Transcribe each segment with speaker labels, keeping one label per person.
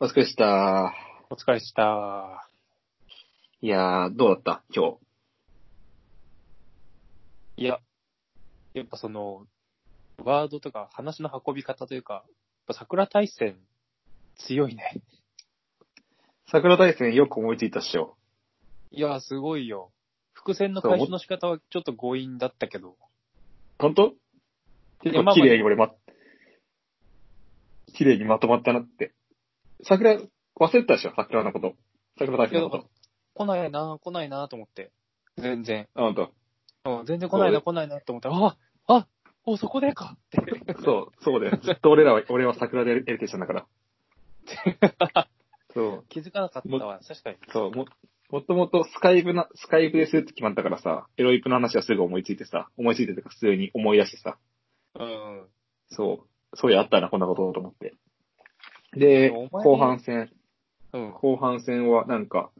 Speaker 1: お疲れっした。
Speaker 2: お疲れっした。
Speaker 1: いやー、どうだった今
Speaker 2: いや、やっぱその、ワードとか話の運び方というか、やっぱ桜大戦強いね。
Speaker 1: 日。桜大戦よく思いついたっしょ。
Speaker 2: いや、すごいよ。伏線の回収の仕方はちょっと強引だったけど。
Speaker 1: ほんと結構綺麗に俺ま、綺麗にまとまったなって。桜、忘れてたでしょ桜のこと。桜大戦のこ
Speaker 2: いや
Speaker 1: と。
Speaker 2: 来ないな、来ないなと思って。全然。
Speaker 1: あ、ほんと。
Speaker 2: うん全然来ない
Speaker 1: そう
Speaker 2: な、来ないなと思ったら、ああお、そこでかって。
Speaker 1: そう、そうだよ。ずっと俺らは、 俺は桜でエレテーションだ から。そう、
Speaker 2: 気づかなかったわ、確かに。
Speaker 1: そう、も、もともとスカイブな、スカイブでするって決まったからさ、エロイプの話はすぐ思いついてさ、思いついてとか普通に思い出してさ、
Speaker 2: うん。
Speaker 1: そう、そういやあったな、こんなことと思って。で、
Speaker 2: でもお前
Speaker 1: 後半戦、
Speaker 2: うん。
Speaker 1: 後半戦はなんか、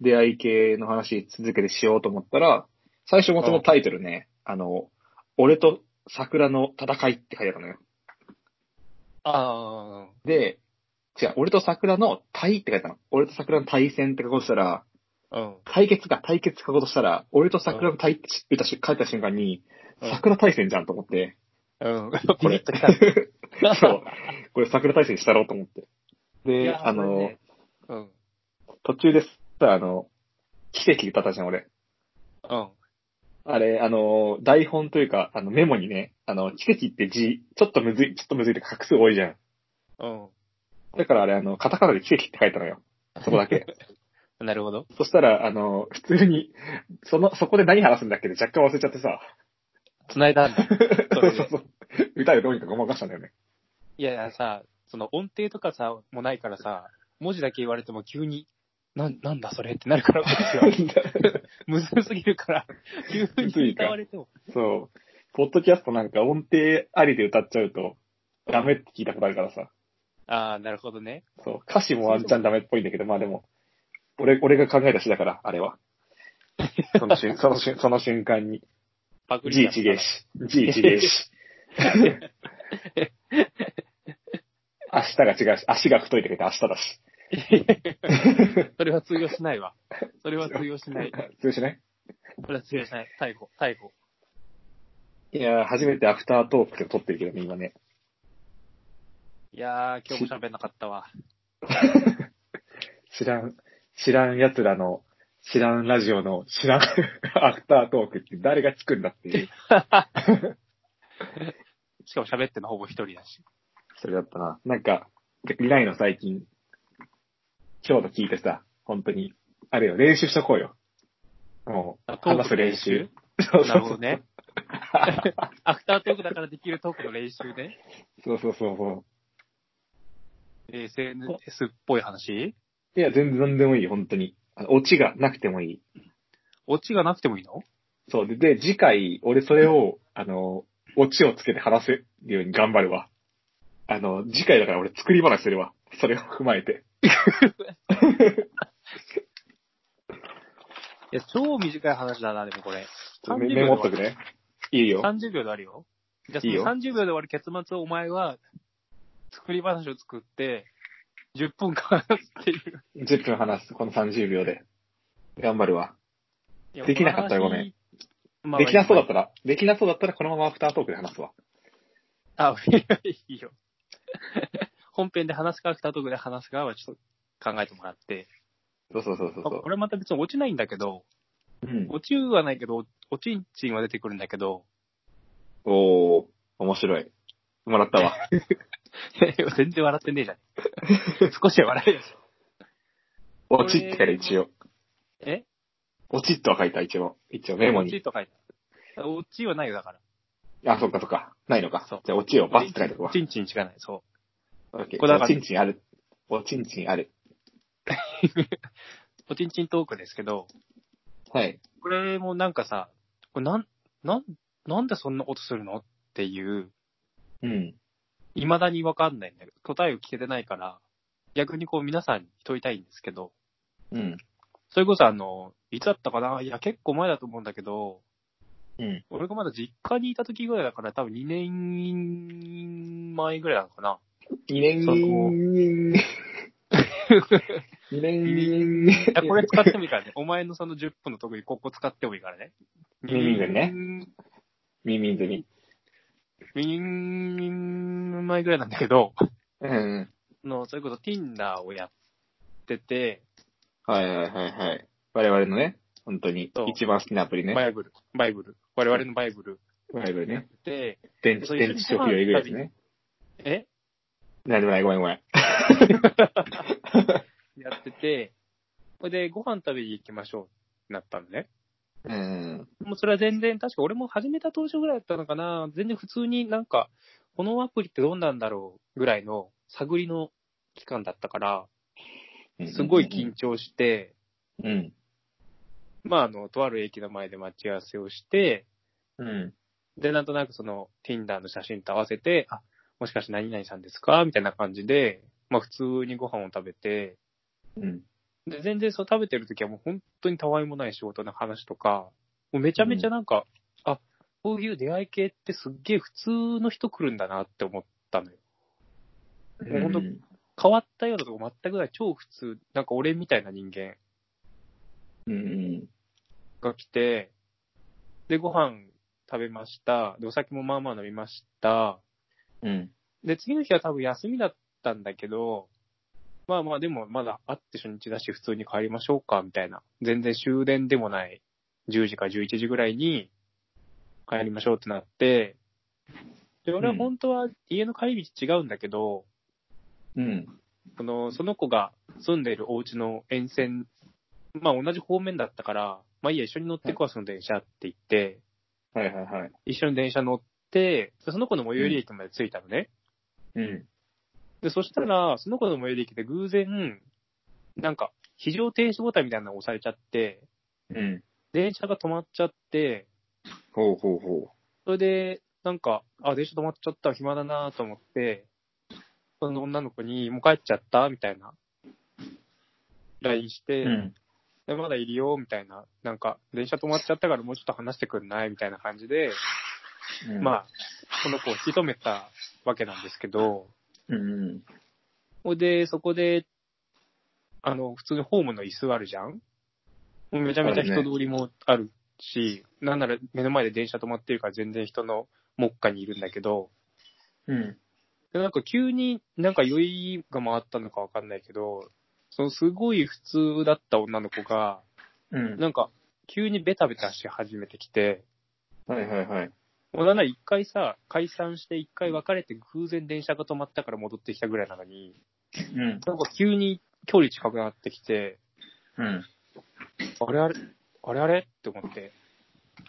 Speaker 1: 出会い系の話続けてしようと思ったら、最初もそのタイトルね、あの、俺と桜の戦いって書いてあったのよ。
Speaker 2: あ
Speaker 1: で、違う、俺と桜の対って書いてたの。俺と桜の対戦って書こうとしたら、
Speaker 2: あ、うん。
Speaker 1: 対決か、対決書こうとしたら、俺と桜の対って打ったし、書いた瞬間に、
Speaker 2: うん
Speaker 1: 桜対戦じゃんと思って、
Speaker 2: うん。
Speaker 1: こ
Speaker 2: ビ
Speaker 1: れ
Speaker 2: ビッときた。い
Speaker 1: そう、これ桜対戦したろうと思って。で、
Speaker 2: や
Speaker 1: あの、、
Speaker 2: うん。
Speaker 1: 途中ですさ、あの、奇跡歌ったじゃん、俺。
Speaker 2: うん。
Speaker 1: あれ、あの、台本というか、あの、メモにね、あの、奇跡って字、ちょっとむずい、ちょっとむずいって画数多いじゃん。
Speaker 2: うん。
Speaker 1: だからあれ、あの、カタカナで奇跡って書いたのよ。そこだ け。
Speaker 2: なるほど。
Speaker 1: そしたら、あの、普通に、その、そこで何話すんだっけで若干忘れちゃってさ。
Speaker 2: 繋いだ ん
Speaker 1: そ
Speaker 2: だ。そうう
Speaker 1: そ
Speaker 2: そう
Speaker 1: そう。歌でどうにかごまかしたんだよ ね。
Speaker 2: いやいやさ、その音程とかさ、もうないからさ、文字だけ言われても急に、なん、なんだそれってなるから、こっ ちはむずすぎるから、急
Speaker 1: むず
Speaker 2: に
Speaker 1: いか
Speaker 2: 歌われても。
Speaker 1: そう。ポッドキャストなんか音程ありで歌っちゃうと、ダメって聞いたことあるからさ。
Speaker 2: ああ、なるほどね。
Speaker 1: そう。歌詞もワンチャンダメっぽいんだけど、まあでも、俺、俺が考えた詩だから、あれは。その 瞬、その瞬、その瞬間に。
Speaker 2: パク
Speaker 1: じ
Speaker 2: リ
Speaker 1: い
Speaker 2: だった
Speaker 1: ち
Speaker 2: な
Speaker 1: げし。じいちげし。明日が違うし、足が太いって書いて明日だし。
Speaker 2: それは通用しないわ。それは通用しない。
Speaker 1: 通じない
Speaker 2: それは通用しない。逮捕、逮捕。
Speaker 1: いやー、初めてアフタートークを撮ってるけどね、今ね。
Speaker 2: いやー、今日も喋んなかっ たわ。
Speaker 1: 知らん、知らん奴らの、知らんラジオの知らん アフタートークって誰がつくんだっていう。
Speaker 2: しかも喋ってんのほぼ一人だし。
Speaker 1: それだったな。なんか、リライの最近、今日の聞いてさ、本当に、あれよ、練習しとこうよ。もう、
Speaker 2: あトークの
Speaker 1: 話す練習。 そうそ
Speaker 2: なる
Speaker 1: うそ
Speaker 2: ほど
Speaker 1: う。
Speaker 2: ね。アフタートークだからできるトークの練習ね。
Speaker 1: そうそうそうそ
Speaker 2: SNS っぽい話
Speaker 1: う。いや、全然何でもいいよ、本当に。あのオチがなくてもいい。
Speaker 2: オチがなくてもいいの
Speaker 1: そう。で、で次回、俺それを、あの、オチをつけて話せるように頑張るわ。あの、次回だから俺作り話するわ。それを踏まえて。
Speaker 2: いや、超短い話だな、でもこれ。
Speaker 1: メ
Speaker 2: 30
Speaker 1: メモっと
Speaker 2: 秒
Speaker 1: く
Speaker 2: で
Speaker 1: ね。いいよ。
Speaker 2: 終わる。30秒であるよ。じゃあそ
Speaker 1: いいよ
Speaker 2: の30秒で終わる結末をお前は、作り話を作って、10分間話すっていう。
Speaker 1: 10分話す。この30秒で。頑張るわ。
Speaker 2: いや
Speaker 1: できなかったらごめん。
Speaker 2: この話まあ
Speaker 1: できなそうだったら、できなそうだったらこのままアフタートークで話すわ。
Speaker 2: あ、いやいいよ。 本編で話すか、アフタートークで話すかはちょっと考えてもらって。
Speaker 1: そうそうそうそう
Speaker 2: まあこれまた別に落ちないんだけど、
Speaker 1: う。うん。
Speaker 2: 落ちはないけど、落ちんちんは出てくるんだけど、
Speaker 1: おー、面白い。もらったわ。
Speaker 2: 全然笑ってねえじゃん。 少しは笑えるでしょ。
Speaker 1: 落ちってから一応。
Speaker 2: え
Speaker 1: 落ちっとは書いた、一応。一応メモ
Speaker 2: オチ
Speaker 1: に。
Speaker 2: とかオチはないよ、だから。
Speaker 1: あ、そっかそっか。ないの
Speaker 2: そう
Speaker 1: か。じゃあ落ちをバスって書いておくわ。
Speaker 2: チンチンしかない、そ
Speaker 1: オッケー
Speaker 2: これだから
Speaker 1: おちんちんある。おちんちんある。
Speaker 2: う。おちんちんトークですけど、
Speaker 1: はい。
Speaker 2: これもなんかさ、これなん、なん、なんでそんなことするのっていう、
Speaker 1: うん。
Speaker 2: 未だにわかんないんだけど、答えを聞けてないから、逆にこう皆さんに問いたいんですけど、
Speaker 1: うん。
Speaker 2: それこそあの、いつだったかないや、結構前だと思うんだけど、
Speaker 1: うん。
Speaker 2: 俺がまだ実家にいた時ぐらいだから、多分2年前ぐらいなのかな。
Speaker 1: 2年
Speaker 2: そこ
Speaker 1: に二年二年
Speaker 2: や、これ使ってもいいからね。お前のその10分の特技、ここ使ってもいいからね。
Speaker 1: 耳でね
Speaker 2: ウィーン。
Speaker 1: ミミズミ。
Speaker 2: ウィーン、ウィーン、前ぐらいなんだけど、
Speaker 1: うん。
Speaker 2: あの、それこそ Tinder をやってて、
Speaker 1: はいはいはいはい。我々のね、本当に
Speaker 2: そう、
Speaker 1: 一番好きなアプリね。
Speaker 2: バイブル、バイブル、我々のバイブル
Speaker 1: バイブルね。
Speaker 2: で、
Speaker 1: 電池、
Speaker 2: そう
Speaker 1: 電池消費量えぐいやつね。
Speaker 2: え
Speaker 1: なんでもない、ごめんごめん。
Speaker 2: やってて、これでご飯食べに行きましょうってなったのね。
Speaker 1: うん。
Speaker 2: もうそれは全然、確か俺も始めた当初ぐらいだったのかな、全然普通になんか、このアプリってどんなんだろうぐらいの探りの期間だったから、すごい緊張して、
Speaker 1: うん。
Speaker 2: まああの、とある駅の前で待ち合わせをして、
Speaker 1: うん。
Speaker 2: で、なんとなくその Tinder の写真と合わせて、あ、もしかして何々さんですかみたいな感じで、まあ普通にご飯を食べて、
Speaker 1: うん。
Speaker 2: で、全然そう食べてる時はもう本当にたわいもない仕事の話とか、もうめちゃめちゃなんか、あ、こういう出会い系ってすっげえ普通の人来るんだなって思ったのよ。もう
Speaker 1: う
Speaker 2: 本当
Speaker 1: ん。
Speaker 2: 変わったようなとこ全くない超普通、なんか俺みたいな人間
Speaker 1: うん。
Speaker 2: が来て、で、ご飯食べました。で、お酒もまあまあ飲みました。
Speaker 1: うん。
Speaker 2: で、次の日は多分休みだったんだけど、まあまあでもまだ会って初日だし普通に帰りましょうか、みたいな。全然終電でもない、10時か11時ぐらいに帰りましょうってなって、で、俺は本当は家の帰り道違うんだけど、
Speaker 1: うん。
Speaker 2: その、その子が住んでいるお家の沿線、まあ同じ方面だったから、まあいいや、一緒に乗ってこわ、その電車って言って、
Speaker 1: はいはいはい。
Speaker 2: 一緒に電車乗って、その子の最寄り駅まで着いたのね。
Speaker 1: うん。
Speaker 2: で、そしたら、その子の最寄り駅で偶然、なんか、非常停止ボタンみたいなのを押されちゃって、
Speaker 1: うん。
Speaker 2: 電車が止まっちゃって、
Speaker 1: ほうほうほ
Speaker 2: それで、なんか、あ、電車止まっちゃった、暇だなと思って、その女の子に、もう帰っちゃったみたいな、LINE して、
Speaker 1: う。うん。
Speaker 2: でまだいるよ、みたいな、なんか、電車止まっちゃったからもうちょっと話してくんないみたいな感じで、ま
Speaker 1: あ。
Speaker 2: あ、その子を引き止めたわけなんですけど、
Speaker 1: うん。
Speaker 2: ほいで、そこで、あの、普通にホームの椅子あるじゃんもうめちゃめちゃ人通りもあるし、なんなら目の前で電車止まってるから全然人の目下にいるんだけど、
Speaker 1: うん。
Speaker 2: でなんか急になんか酔いが回ったのかわかんないけど、そのすごい普通だった女の子が、
Speaker 1: うん。
Speaker 2: なんか急にベタベタし始めてきて、
Speaker 1: はいはいはい。
Speaker 2: もうなんなら一回さ、解散して一回別れて偶然電車が止まったから戻ってきたぐらいなのに、
Speaker 1: うん。
Speaker 2: なんか急に距離近くなってきて、
Speaker 1: うん。
Speaker 2: あれあれ、あれあれって思って、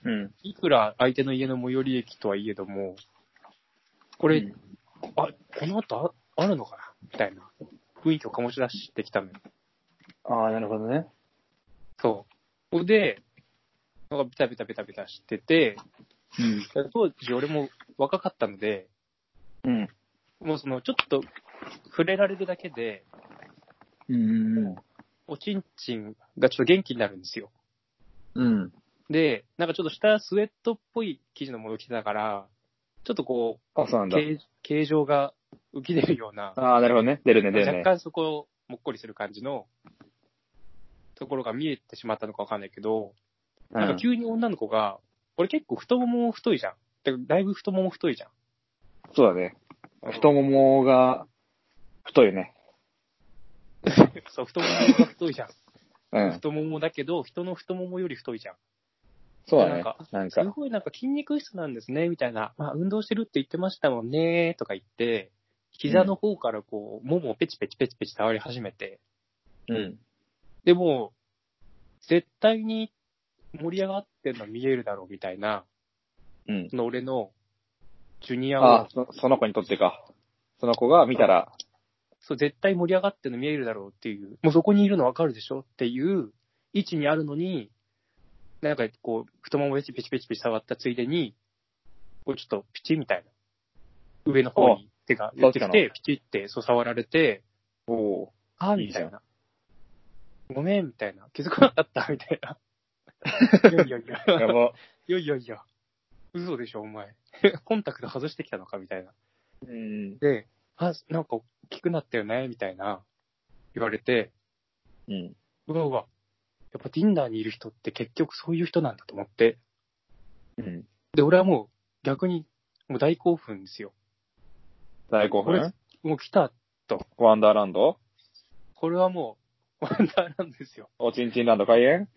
Speaker 1: うん。
Speaker 2: いくら相手の家の最寄り駅とはいえども、こ
Speaker 1: こ
Speaker 2: れ、あ、この後ああるのかなみたいな雰囲気を醸し出してきたのよ。
Speaker 1: ああ、なるほどね。
Speaker 2: そう。ほんで、なんかビタビタビタビタしてて、
Speaker 1: うん。
Speaker 2: 当時俺も若かったので、
Speaker 1: うん。
Speaker 2: もうそのちょっと触れられるだけで、
Speaker 1: うん。
Speaker 2: おちんちんがちょっと元気になるんですよ。
Speaker 1: うん。
Speaker 2: で、なんかちょっと下スウェットっぽい生地のものを着てたから、ちょっとこう、
Speaker 1: あ、そうなんだ。
Speaker 2: 形形状が浮き出るような、
Speaker 1: ああ、なるほどね。出るね、出る
Speaker 2: 若
Speaker 1: ね。
Speaker 2: 干そこをもっこりする感じのところが見えてしまったのかわかんないけど、なんか急に女の子が、俺結構太もも太いじゃん。てかだいぶ太もも太いじゃん。
Speaker 1: うんそうだね。太ももが、太いよね。
Speaker 2: そう、太ももが太いじゃん。
Speaker 1: うん。
Speaker 2: 太ももだけど、人の太ももより太いじゃん。
Speaker 1: そうだ
Speaker 2: なん
Speaker 1: ね
Speaker 2: か。
Speaker 1: なん
Speaker 2: す
Speaker 1: か、
Speaker 2: ごいなんか筋肉質なんですね、みたいな。まあ、運動してるって言ってましたもんね、とか言って、膝の方からこう、ももをペチペチペチペチ触り始めて、
Speaker 1: うん。
Speaker 2: でも、絶対に盛り上がってるの見えるだろうみたいな、
Speaker 1: うん。
Speaker 2: その俺のジュニア
Speaker 1: あ
Speaker 2: を
Speaker 1: あ、そその子にとってか。その子が見たら、
Speaker 2: そう、絶対盛り上がってるの見えるだろうっていう、もうそこにいるのわかるでしょっていう位置にあるのに、なんかこう、太ももでペチペチペチ触ったついでに、こうちょっとピチみたいな。上の方に手が寄ってき
Speaker 1: そう
Speaker 2: て、ピチってそう触られて、
Speaker 1: おお
Speaker 2: ああ、
Speaker 1: いい
Speaker 2: み
Speaker 1: じ
Speaker 2: た
Speaker 1: ゃん
Speaker 2: いな。ごめん、みたいな。気づかなかった、みたい な。いやいやい
Speaker 1: ー。や
Speaker 2: や。
Speaker 1: ば。
Speaker 2: いやいやいや、嘘でしょ、お前。 コンタクト外してきたのか、みたいな。
Speaker 1: うん。
Speaker 2: で、あ、なんか大きくなったよね、みたいな。言われて、
Speaker 1: うん。
Speaker 2: うわうわ、やっぱ Tinder にいる人って結局そういう人なんだと思って、
Speaker 1: うん。
Speaker 2: で、俺はもう逆に、もう大興奮ですよ。
Speaker 1: 大興
Speaker 2: これ
Speaker 1: 奮
Speaker 2: もう来た、
Speaker 1: ワンダーランド
Speaker 2: これはもう、ワ ンダーなんですよ。
Speaker 1: おちんちんランド開演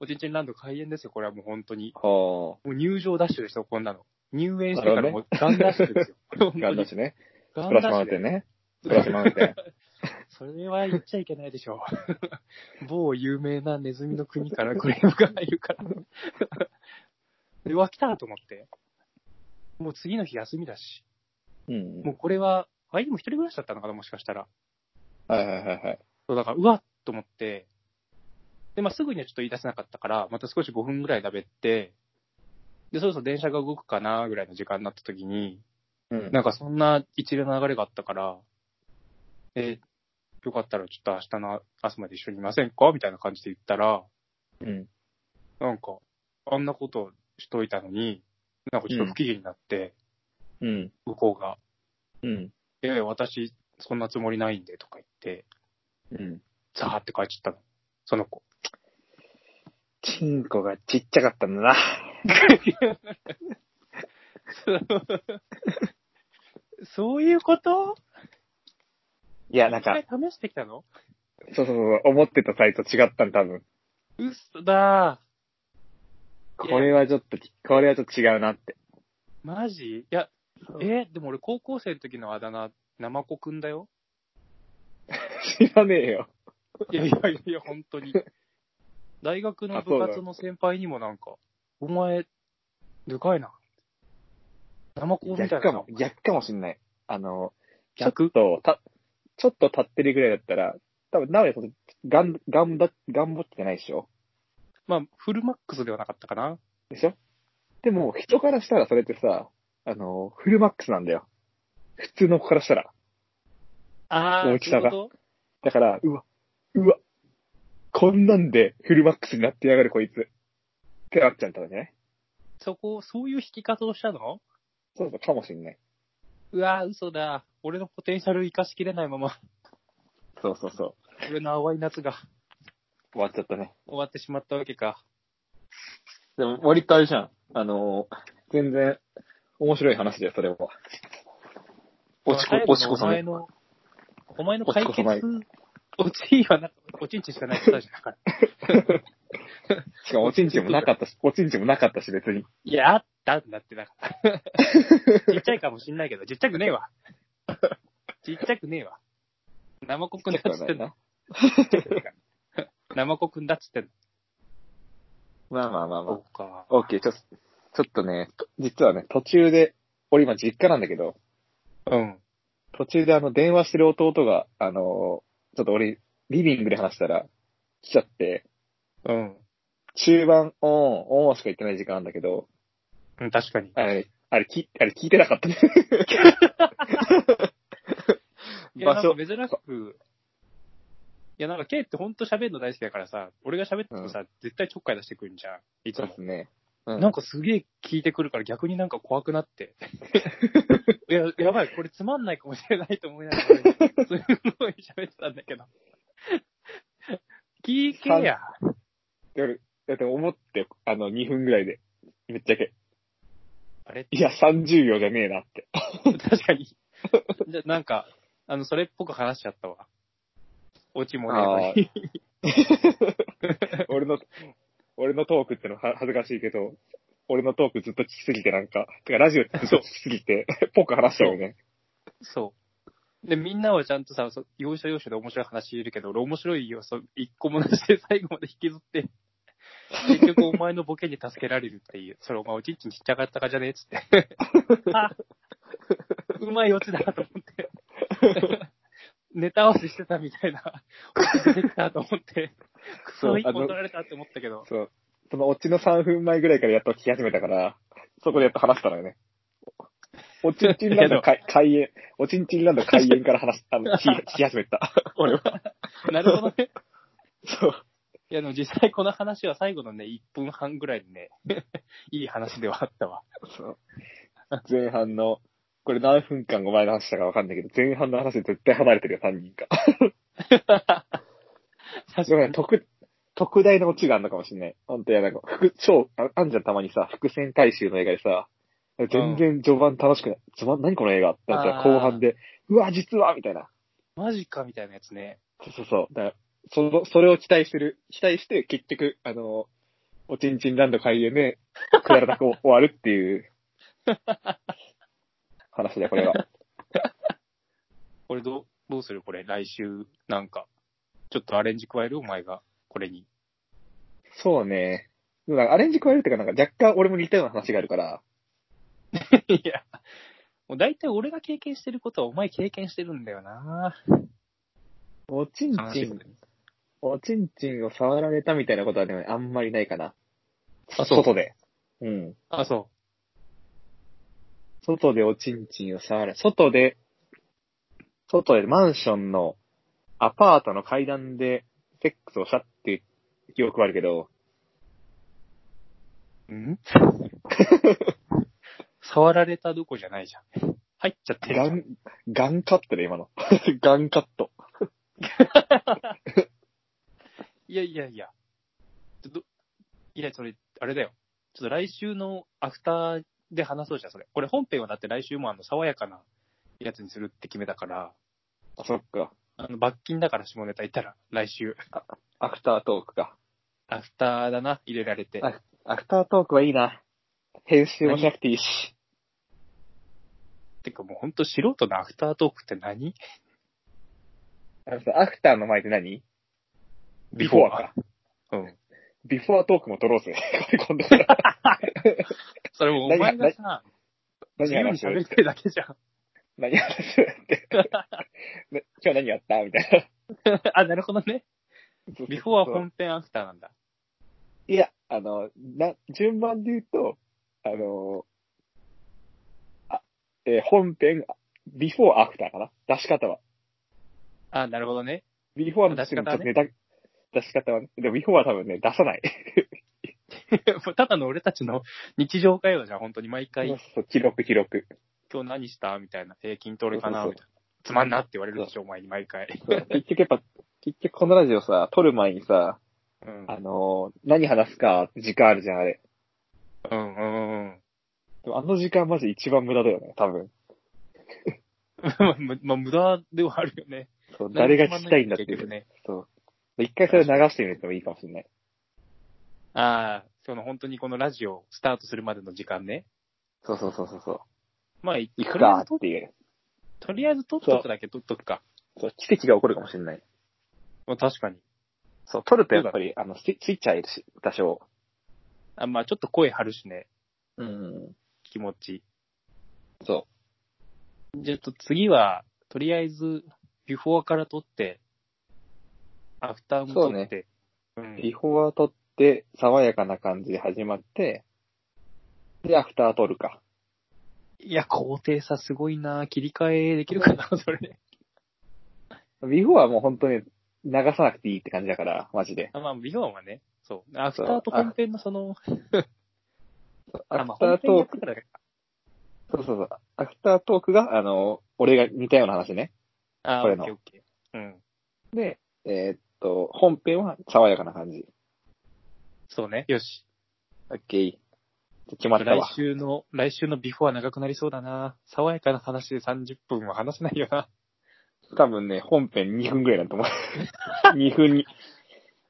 Speaker 2: おちんちんランド開演ですよ、これはもう本当に。
Speaker 1: は
Speaker 2: もう入場ダッシュですよ、こんなの。入園してからもうガンダッシュですよ。
Speaker 1: あ。 ガンダッシュね。
Speaker 2: ガ
Speaker 1: ス
Speaker 2: ン
Speaker 1: プ
Speaker 2: ダ
Speaker 1: ラッシュマウ
Speaker 2: ッ
Speaker 1: ン
Speaker 2: シ
Speaker 1: テ
Speaker 2: ュ
Speaker 1: ン
Speaker 2: で。
Speaker 1: ね。スプラッシュマウンテン。
Speaker 2: それは言っちゃいけないでしょう。 某有名なネズミの国からクレームが入るから。 で、わ、来たと思って。もう次の日休みだし。
Speaker 1: うん。
Speaker 2: もうこれは、あ、でも一人暮らしだったのかな、もしかしたら。
Speaker 1: はいはいはいはい。
Speaker 2: そう、だから、うわっと思って。で、まあ、すぐにはちょっと言い出せなかったから、また少し5分ぐらいだべって、で、そろそろ電車が動くかな、ぐらいの時間になった時に、
Speaker 1: うん。
Speaker 2: なんかそんな一連の流れがあったから、え、よかったらちょっと明日の朝まで一緒にいませんかみたいな感じで言ったら、
Speaker 1: うん。
Speaker 2: なんか、あんなことしといたのに、なんかちょっと不機嫌になって、
Speaker 1: うん。
Speaker 2: 向こうが、
Speaker 1: うん。
Speaker 2: いやいや、私、そんなつもりないんで、とか言って、
Speaker 1: うん。
Speaker 2: ザーって帰っちゃったの。その 子。
Speaker 1: チンコがちっちゃかったんだな。
Speaker 2: そういうこと
Speaker 1: いや、なん
Speaker 2: 一
Speaker 1: か
Speaker 2: 回、試してきたの
Speaker 1: そうそうそう、思ってたサイト違ったん多分。
Speaker 2: うそだ
Speaker 1: これはちょっと、これはちょっと違うなって。
Speaker 2: マジいや、えでも俺高校生の時のあだ名、ナマコくんだよ。
Speaker 1: 知らねえよ。
Speaker 2: いやいやいや、本当に。 大学の部活の先輩にもなんか、お前、でかいな。ナマコみたいな。
Speaker 1: 逆かも、逆かもしんない。あの、ちょっ
Speaker 2: 逆
Speaker 1: と、た、ちょっと立ってるぐらいだったら、多分、なおやその、ガン、ガンだ、ガンボってないでしょ
Speaker 2: まあ、フルマックスではなかったかな。
Speaker 1: でしょでも、人からしたらそれってさ、あの、フルマックスなんだよ。普通の子からしたら。
Speaker 2: あー
Speaker 1: 大きさが
Speaker 2: そういうこ
Speaker 1: だから、うわ、うわ、こんなんでフルマックスになってやがるこいつ。ってなっちゃったんじゃない
Speaker 2: とそこ、そういう引き方をしたの
Speaker 1: そうそう、かもしんない。
Speaker 2: うわー、嘘だ。俺のポテンシャル生かしきれないまま、
Speaker 1: そうそうそう。
Speaker 2: 俺の淡い夏が
Speaker 1: 終わっちゃったね。
Speaker 2: 終わってしまったわけか。
Speaker 1: でも、割とあれじゃん。あのー全然、面白い話だよ、それは。落ちこ、落ちこさ
Speaker 2: お前
Speaker 1: ない。
Speaker 2: の、お前の解
Speaker 1: 落ちこ
Speaker 2: 決
Speaker 1: さない、
Speaker 2: 落ちはな、落ちんちしかない人じゃなか った。
Speaker 1: しかも、おちんちんもなかった し、おちんちんもなかったし、別に。
Speaker 2: いや、あったんだってなか った。ちっちゃいかもしんないけど、ちっちゃくねえわ。ちっちゃくねえわ。ナマコくんだっつって んの。ナマコくんだっつってんの。
Speaker 1: まあまあまあまあ。
Speaker 2: うか
Speaker 1: オッケー、ちょ、ちょっとね、実はね、途中で、俺今実家なんだけど、
Speaker 2: うん。
Speaker 1: 途中であの、電話してる弟が、あのーちょっと俺、リビングで話したら、来ちゃって、
Speaker 2: うん。
Speaker 1: 中盤、オン、オンしか言ってない時間なんだけど、
Speaker 2: うん、確かに。
Speaker 1: あれ、あれ、き、あれ聞いてなかったね。
Speaker 2: いや、
Speaker 1: 場
Speaker 2: なんか
Speaker 1: 所、
Speaker 2: 珍しく、いや、なんか、ケイってほんと喋るの大好きだからさ、俺が喋ってもさ、絶対ちょっかい出してくるんじゃん。いつ
Speaker 1: そう
Speaker 2: も
Speaker 1: で。すね。うん
Speaker 2: なんかすげえ聞いてくるから逆になんか怖くなって。いや、やばい、これつまんないかもしれないと思いながら、すごい喋ってたんだけど。聞けや。
Speaker 1: 夜、だって思って、あの、2分ぐらいで、ぶっちゃけ、
Speaker 2: あれ
Speaker 1: いや、30秒じゃねえなって。
Speaker 2: 確かに。じゃ、なんか、あの、それっぽく話しちゃったわ。オチもねえのに。
Speaker 1: 俺の、俺のトークってのは恥ずかしいけど、俺のトークずっと聞きすぎてなんか、てかラジオずっと聞きすぎて、 ぽく話したよね。
Speaker 2: そう。で、みんなはちゃんとさ、そ要所要所で面白い話言えるけど、俺面白い要素一個もなしで最後まで引きず って、結局お前のボケに助けられるっていう、それお前おちんちんちっちゃかったかじゃねえっつって。あ、うまいオチだと思って。ネタ合わせしてたみたいな、オチ出てきたと思って、クソ一本取られたって思ったけど、
Speaker 1: そう。そのオチの3分前ぐらいからやっと聞き始めたから、そこでやっと話したのよね。おちんちんランド 開開演、おちんちんランド開演から話し、あの、聞き聞き始めた。俺は。
Speaker 2: なるほどね。
Speaker 1: そう。
Speaker 2: いや、でも実際この話は最後のね、1分 半ぐらいにね、いい話ではあったわ。
Speaker 1: そう。前半の、これ何分間お前の話したかわかんないけど、前半の話で絶対離れてるよ、3人か。
Speaker 2: 確
Speaker 1: ご
Speaker 2: か
Speaker 1: めん、
Speaker 2: に。
Speaker 1: 特、特大のオチがあるのかもしれない。ほんとや、なんか、副、超、ああんじゃんたまにさ、伏線回収の映画でさ、全然序盤楽しくない。つまん、何この映画ってなったら
Speaker 2: あー
Speaker 1: 後半で、うわ、実はみたいな。
Speaker 2: マジかみたいなやつね。
Speaker 1: そうそうそう。だから、その、それを期待する、期待して、結局、あの、おちんちんランド開演で、くだらなく終わるって いう、話だよ、これは。
Speaker 2: これどう、どうするこれ来週、なんか。ちょっとアレンジ加えるお前が、これに。
Speaker 1: そうね。でもなんかアレンジ加えるっていうか、なんか若干俺も似たような話があるから、
Speaker 2: いや。もう大体俺が経験してることはお前経験してるんだよな
Speaker 1: おちん
Speaker 2: 悲
Speaker 1: ち
Speaker 2: しいこ
Speaker 1: ん
Speaker 2: とに
Speaker 1: おちんちんを触られたみたいなことはでもあんまりないかな。
Speaker 2: あそう
Speaker 1: 外で。うん。
Speaker 2: あ、そ
Speaker 1: 外でおちんちんを触る。外で、外でマンションのアパートの階段でセックスをしたっていう記憶はあるけど、
Speaker 2: う。 ん触られたどこじゃないじゃん。入っちゃってるじゃ
Speaker 1: ガ
Speaker 2: ん
Speaker 1: ン、ガンカットだよ、今の。 ガンカット。
Speaker 2: いやいやいや。ちょっと、いや、それ、あれだよ。ちょっと来週のアフターで話そうじゃん、それ。これ本編はだって来週もあの、爽やかなやつにするって決めたから、
Speaker 1: あ、そっか。
Speaker 2: あの、罰金だから下ネタ言ったら、来週。
Speaker 1: アフタートークか。
Speaker 2: アフターだな、入れられて。
Speaker 1: あアフタートークはいいな。編集もしなくていいし。
Speaker 2: てかもうほんと素人のアフタートークって何
Speaker 1: あのさ、アフターの前って何
Speaker 2: ビ
Speaker 1: フォアか。
Speaker 2: うん。
Speaker 1: ビフォアトークも撮ろう ぜ。これ今度から。
Speaker 2: それもお前がさ、自
Speaker 1: 何
Speaker 2: 由
Speaker 1: 話
Speaker 2: に
Speaker 1: す
Speaker 2: 喋ってるだけじゃん。
Speaker 1: 何話すって。ね 今日何やったみたい
Speaker 2: あ、なるほどね。
Speaker 1: な。
Speaker 2: ビフォーは本編アフターなんだ。
Speaker 1: いや、あの、な、順番で言うと、あの、あ、えー本編、ビフォーアフターかな出し方は。
Speaker 2: あ、なるほどね。
Speaker 1: ビフォーの時にちょっとネタ、出し方はね。でもビフォーは多分ね、出さない。
Speaker 2: もうただの俺たちの日常会話じゃん、本当に毎回
Speaker 1: そう。 そう記録記録。
Speaker 2: 今日何したみたいな。えー、筋トレかな
Speaker 1: そう
Speaker 2: み
Speaker 1: そう
Speaker 2: たいな。つまんなって言われるでしょ、お前に毎回。
Speaker 1: 結局やっぱ、結局このラジオさ、撮る前にさ、
Speaker 2: うん。
Speaker 1: あの何話すかって時間あるじゃん、あれ。
Speaker 2: うんうんうん。
Speaker 1: でもあの時間マジ一番無駄だよね、多分。
Speaker 2: まむ まあ、無駄ではあるよね。
Speaker 1: そう、誰が聞きたいんだってい
Speaker 2: 結
Speaker 1: う。
Speaker 2: 局ね。
Speaker 1: そう。一回それ流してみるのもいいかもしれない。
Speaker 2: ああ、その本当にこのラジオスタートするまでの時間ね。
Speaker 1: そうそうそうそうそう。
Speaker 2: まあ、い
Speaker 1: 行
Speaker 2: と
Speaker 1: く
Speaker 2: りあ
Speaker 1: か
Speaker 2: えずと
Speaker 1: っていう。
Speaker 2: とりあえず取っとくだけ取っとくか。
Speaker 1: そう、奇跡が起こるかもしれない。
Speaker 2: まあ、確かに。
Speaker 1: そう、撮るとやっぱり、あの、スイスイッチ入るし、多少。
Speaker 2: あまあ、ちょっと声張るしね、
Speaker 1: うん。
Speaker 2: 気持ち。
Speaker 1: そ
Speaker 2: じゃあ、ちょっと次は、とりあえず、ビフォーから取って、アフターも取って。う
Speaker 1: う。
Speaker 2: ん
Speaker 1: ビフォーは撮って、爽やかな感じで始まって、で、アフター撮るか。
Speaker 2: いや、高低差すごいな切り替えできるかな、 それ。
Speaker 1: ビフォーはもう本当に流さなくていいって感じだから、マジで。
Speaker 2: あまあ、ビフォーはね、そう。アフ
Speaker 1: そ
Speaker 2: タ
Speaker 1: う
Speaker 2: ーと本編のその、
Speaker 1: ア
Speaker 2: あ、
Speaker 1: フ
Speaker 2: ま
Speaker 1: タ
Speaker 2: あ、本
Speaker 1: ー
Speaker 2: 編や
Speaker 1: トー
Speaker 2: って
Speaker 1: ク、
Speaker 2: からか。
Speaker 1: そうそうそう。アフタートークが、あの、俺が似たような話ね。
Speaker 2: あ
Speaker 1: こ
Speaker 2: ー、
Speaker 1: れ
Speaker 2: オッ
Speaker 1: の
Speaker 2: ケーオッケー。うん。
Speaker 1: で、えーっと、本編は爽やかな感じ。
Speaker 2: そうね。よし。
Speaker 1: オッケー。決まった
Speaker 2: 来
Speaker 1: わ。
Speaker 2: 週の、来週のビフォーは長くなりそうだな爽やかな話で30分は話せないよな。
Speaker 1: 多分ね、本編2分ぐらいだと思う。2分 に、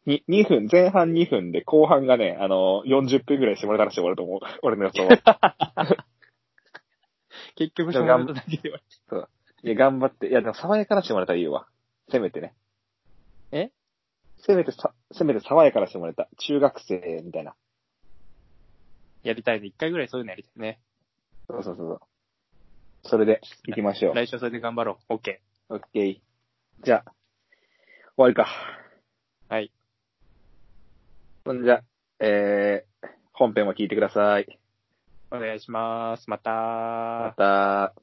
Speaker 1: に2分、前半2分で後半がね、あの、40分ぐらい絞れたら絞ると思う。俺の予想は。
Speaker 2: 結局、
Speaker 1: でも
Speaker 2: そうなるとだけでは。
Speaker 1: いや、頑張って。いや、でも爽やかなしてもらえたらいいわ。せめてね。
Speaker 2: え
Speaker 1: せめてさ、せめて爽やかなしてもらえた。中学生みたいな。
Speaker 2: やりたいね。一回ぐらいそういうのやりたいね。
Speaker 1: そうそうそうそう。それで、行きましょう。
Speaker 2: 来週はそれで頑張ろう。オッケ
Speaker 1: オッケー。じゃあ、終わりか。
Speaker 2: ー。はい。
Speaker 1: そんじゃ、えー、本編も聞いてください。
Speaker 2: お願いします。また
Speaker 1: また、